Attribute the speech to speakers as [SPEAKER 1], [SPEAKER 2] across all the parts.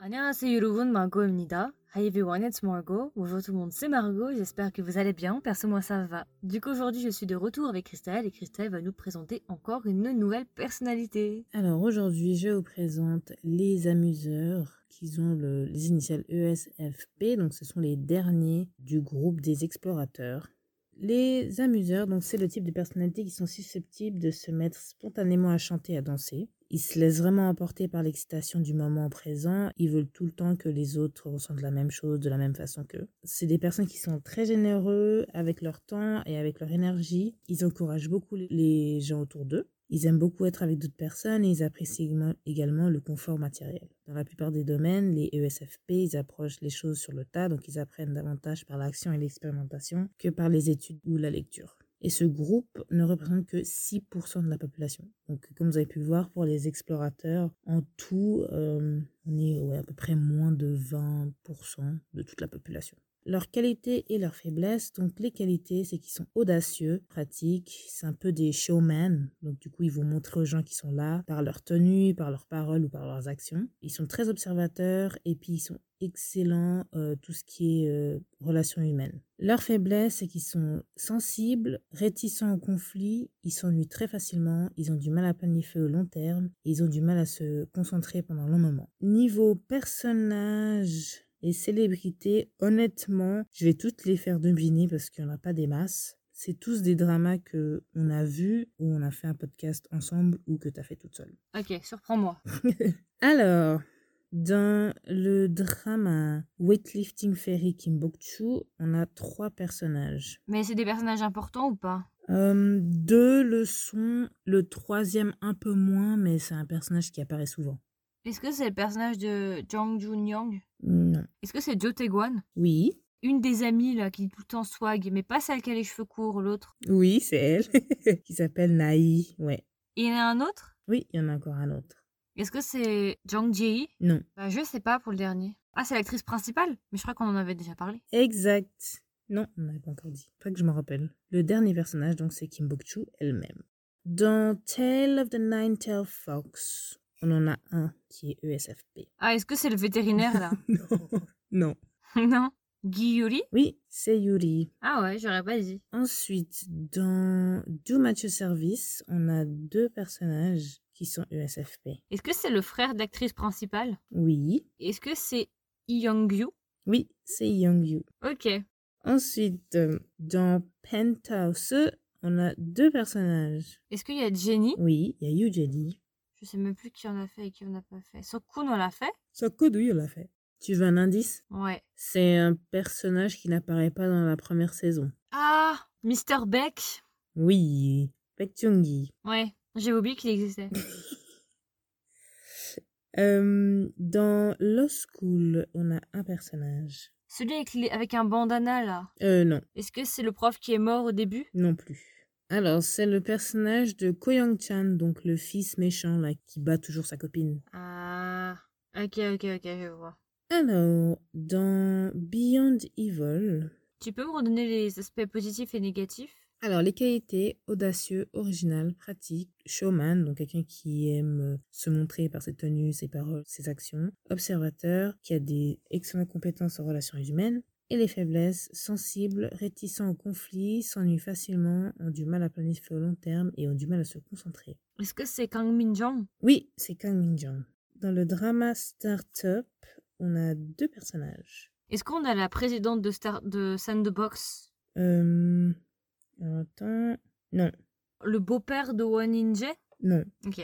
[SPEAKER 1] 안녕하세요, 여러분. Margot입니다. Hi everyone, it's Margot. Bonjour tout le monde, c'est Margot. J'espère que vous allez bien. Perso, moi, ça va. Du coup, aujourd'hui, je suis de retour avec Christelle et Christelle va nous présenter encore une nouvelle personnalité.
[SPEAKER 2] Alors aujourd'hui, je vous présente les amuseurs qui ont le- les initiales E ESFP, donc ce sont les derniers du groupe des explorateurs. Les amuseurs, donc c'est le type de personnalités qui sont susceptibles de se mettre spontanément à chanter, à danser. Ils se laissent vraiment emporter par l'excitation du moment présent. Ils veulent tout le temps que les autres ressentent la même chose de la même façon qu'eux. C'est des personnes qui sont très généreux avec leur temps et avec leur énergie. Ils encouragent beaucoup les- les gens autour d'eux. Ils aiment beaucoup être avec d'autres personnes et ils apprécient également- également le confort matériel. Dans la plupart des domaines, les E ESFP, ils approchent les choses sur le tas, donc ils apprennent davantage par l'action et l'expérimentation que par les études ou la lecture. Et ce groupe ne représente que 6% de la population. Donc comme vous avez pu le voir, pour les explorateurs, en tout, euh, on est ouais, à peu près moins de 20% de toute la population leurs qualités et leurs faiblesses. Donc les qualités, c'est qu'ils sont audacieux, pratiques, c'est un peu des showmen. Donc du coup, ils vont montrer aux gens qui sont là par leur tenue, par leurs paroles ou par leurs actions. Ils sont très observateurs et puis ils sont excellents euh, tout ce qui est euh, relations humaines. Leur faiblesse, c'est qu'ils sont sensibles, réticents au conflit, ils s'ennuient très facilement, ils ont du mal à planifier au long terme, et ils ont du mal à se concentrer pendant un long moment. Niveau personnage et célébrités, honnêtement, je vais toutes les faire deviner parce qu'il n'y en a pas des masses. C'est tous des dramas que on a vus ou on a fait un podcast ensemble ou que tu as fait toute seule.
[SPEAKER 1] Ok, surprends-moi.
[SPEAKER 2] Alors, dans le drama Weightlifting Fairy Kimbokchu, on a trois personnages.
[SPEAKER 1] Mais c'est des personnages importants ou pas
[SPEAKER 2] Euh, deux le sont, le troisième un peu moins, mais c'est un personnage qui apparaît souvent.
[SPEAKER 1] Est-ce que c'est le personnage de Jang Junyoung
[SPEAKER 2] Non.
[SPEAKER 1] Est-ce que c'est Jo Tae-kwon
[SPEAKER 2] Oui.
[SPEAKER 1] Une des amies là qui est tout le temps swag, mais pas celle qui a les cheveux courts, l'autre.
[SPEAKER 2] Oui, c'est elle. qui s'appelle Naï. Ouais.
[SPEAKER 1] Et il y en a un autre
[SPEAKER 2] Oui, il y en a encore un autre.
[SPEAKER 1] Est-ce que c'est Jang Jae-hee
[SPEAKER 2] Non.
[SPEAKER 1] Bah, je sais pas pour le dernier. Ah, c'est l'actrice principale Mais je crois qu'on en avait déjà parlé.
[SPEAKER 2] Exact. Non, on n'avait pas encore dit. Pas que je m'en rappelle. Le dernier personnage, donc, c'est Kim Bok-chu elle-même. Dans Tale of the Nine-Tailed Fox, on en a un qui est E ESFP.
[SPEAKER 1] Ah, est-ce que c'est le vétérinaire là
[SPEAKER 2] Non. Non.
[SPEAKER 1] Non. Giyuri
[SPEAKER 2] Oui, c'est Yuri.
[SPEAKER 1] Ah ouais, j'aurais pas dit.
[SPEAKER 2] Ensuite, dans Do Mathieu Service, on a deux personnages qui sont E ESFP.
[SPEAKER 1] Est-ce que c'est le frère de l'actrice principale
[SPEAKER 2] Oui.
[SPEAKER 1] Est-ce que c'est Young-yu
[SPEAKER 2] Oui, c'est Young Yu.
[SPEAKER 1] Ok.
[SPEAKER 2] Ensuite, euh, dans Penthouse, on a deux personnages.
[SPEAKER 1] Est-ce qu'il y a Jenny
[SPEAKER 2] Oui, il y a Yu Jelly.
[SPEAKER 1] Je sais même plus qui en a fait et qui en a pas fait. Sokun, on l'a fait
[SPEAKER 2] Ça code, oui, on l'a fait. Tu veux un indice
[SPEAKER 1] Ouais.
[SPEAKER 2] C'est un personnage qui n'apparaît pas dans la première saison.
[SPEAKER 1] Ah Mr. Beck
[SPEAKER 2] Oui, Baek Chung-gi.
[SPEAKER 1] Ouais. J'ai oublié qu'il existait.
[SPEAKER 2] Euh, dans Lost School, on a un personnage.
[SPEAKER 1] Celui avec, les- avec un bandana là.
[SPEAKER 2] Euh, non,
[SPEAKER 1] Est-ce que c'est le prof qui est mort au début
[SPEAKER 2] non plus. Alors, c'est le personnage de Koyang-chan, donc le fils méchant là qui bat toujours sa copine.
[SPEAKER 1] Ah. Ok, ok, ok, je vois.
[SPEAKER 2] Alors, dans Beyond Evil,
[SPEAKER 1] Tu peux me redonner les aspects positifs et négatifs
[SPEAKER 2] Alors, les qualités, audacieux, original, pratique, showman, donc quelqu'un qui aime euh, se montrer par ses tenues, ses paroles, ses actions, observateur, qui a des excellentes compétences en relations humaines, et les faiblesses, sensible, réticent au conflit, s'ennuie facilement, ont du mal à planifier au long terme et ont du mal à se concentrer.
[SPEAKER 1] Est-ce que c'est Kang Min-jong
[SPEAKER 2] Oui, c'est Kang Min-jung. Dans le drama Startup, on a deux personnages.
[SPEAKER 1] Est-ce qu'on a la présidente de, Star... de Sandbox
[SPEAKER 2] Euh... alors, Attends... Non,
[SPEAKER 1] Le beau-père de Won In-jae
[SPEAKER 2] non.
[SPEAKER 1] Ok.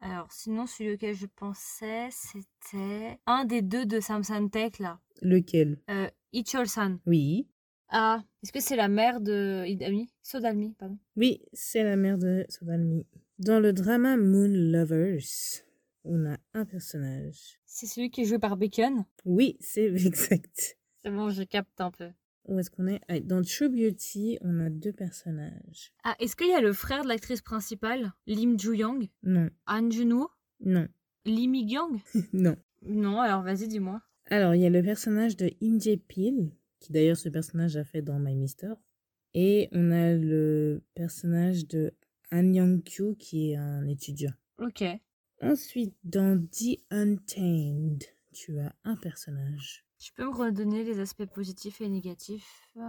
[SPEAKER 1] Alors, sinon, celui auquel je pensais, c'était un des deux de Samsung Tech, là.
[SPEAKER 2] Lequel
[SPEAKER 1] Euh, Ichol-san.
[SPEAKER 2] Oui,
[SPEAKER 1] Ah, est-ce que c'est la mère de Idami Sodalmi, pardon.
[SPEAKER 2] Oui, c'est la mère de Sodalmi. Dans le drama Moon Lovers, on a un personnage.
[SPEAKER 1] C'est celui qui est joué par Bacon
[SPEAKER 2] Oui, c'est exact.
[SPEAKER 1] C'est bon, je capte un peu.
[SPEAKER 2] Où est-ce qu'on est, Ah, Dans True Beauty, on a deux personnages.
[SPEAKER 1] Ah, est-ce qu'il y a le frère de l'actrice principale, Lim Joo-young,
[SPEAKER 2] Non,
[SPEAKER 1] Han Junwoo,
[SPEAKER 2] non,
[SPEAKER 1] Lee Mi-kyung
[SPEAKER 2] non.
[SPEAKER 1] Non, alors vas-y, dis-moi.
[SPEAKER 2] Alors, il y a le personnage de Im Jae Pil, qui d'ailleurs ce personnage a fait dans My Mister. Et on a le personnage de Han Young-kyu, qui est un étudiant.
[SPEAKER 1] Ok.
[SPEAKER 2] Ensuite, dans The Untamed, tu as un personnage.
[SPEAKER 1] Tu peux me redonner les aspects positifs et négatifs euh,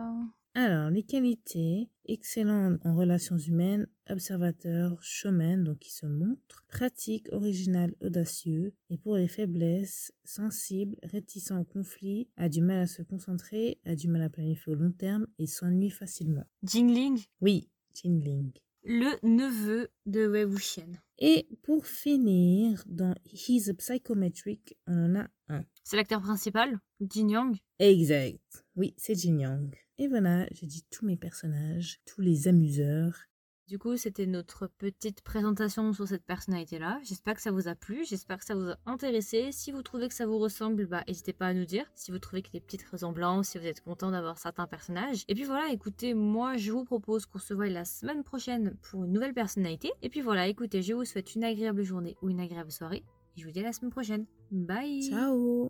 [SPEAKER 2] Alors, les qualités, excellent en relations humaines, observateur, showman, donc qui se montre, pratique, original, audacieux, et pour les faiblesses, sensible, réticent au conflit, a du mal à se concentrer, a du mal à planifier au long terme et s'ennuie facilement.
[SPEAKER 1] Jingling,
[SPEAKER 2] Oui, Jinling.
[SPEAKER 1] le neveu de Wei Wuxian.
[SPEAKER 2] Et pour finir, dans He's a Psychometric, on en a un.
[SPEAKER 1] C'est l'acteur principal, Jin Yang.
[SPEAKER 2] Exact. Oui, c'est Jin Yang. Et voilà, j'ai dit tous mes personnages, tous les amuseurs.
[SPEAKER 1] Du coup, c'était notre petite présentation sur cette personnalité-là. J'espère que ça vous a plu, j'espère que ça vous a intéressé. Si vous trouvez que ça vous ressemble, bah, n'hésitez pas à nous dire. Si vous trouvez qu'il y a des petites ressemblances, si vous êtes content d'avoir certains personnages. Et puis voilà, écoutez, moi, je vous propose qu'on se voie la semaine prochaine pour une nouvelle personnalité. Et puis voilà, écoutez, je vous souhaite une agréable journée ou une agréable soirée. Et je vous dis à la semaine prochaine. Bye
[SPEAKER 2] Ciao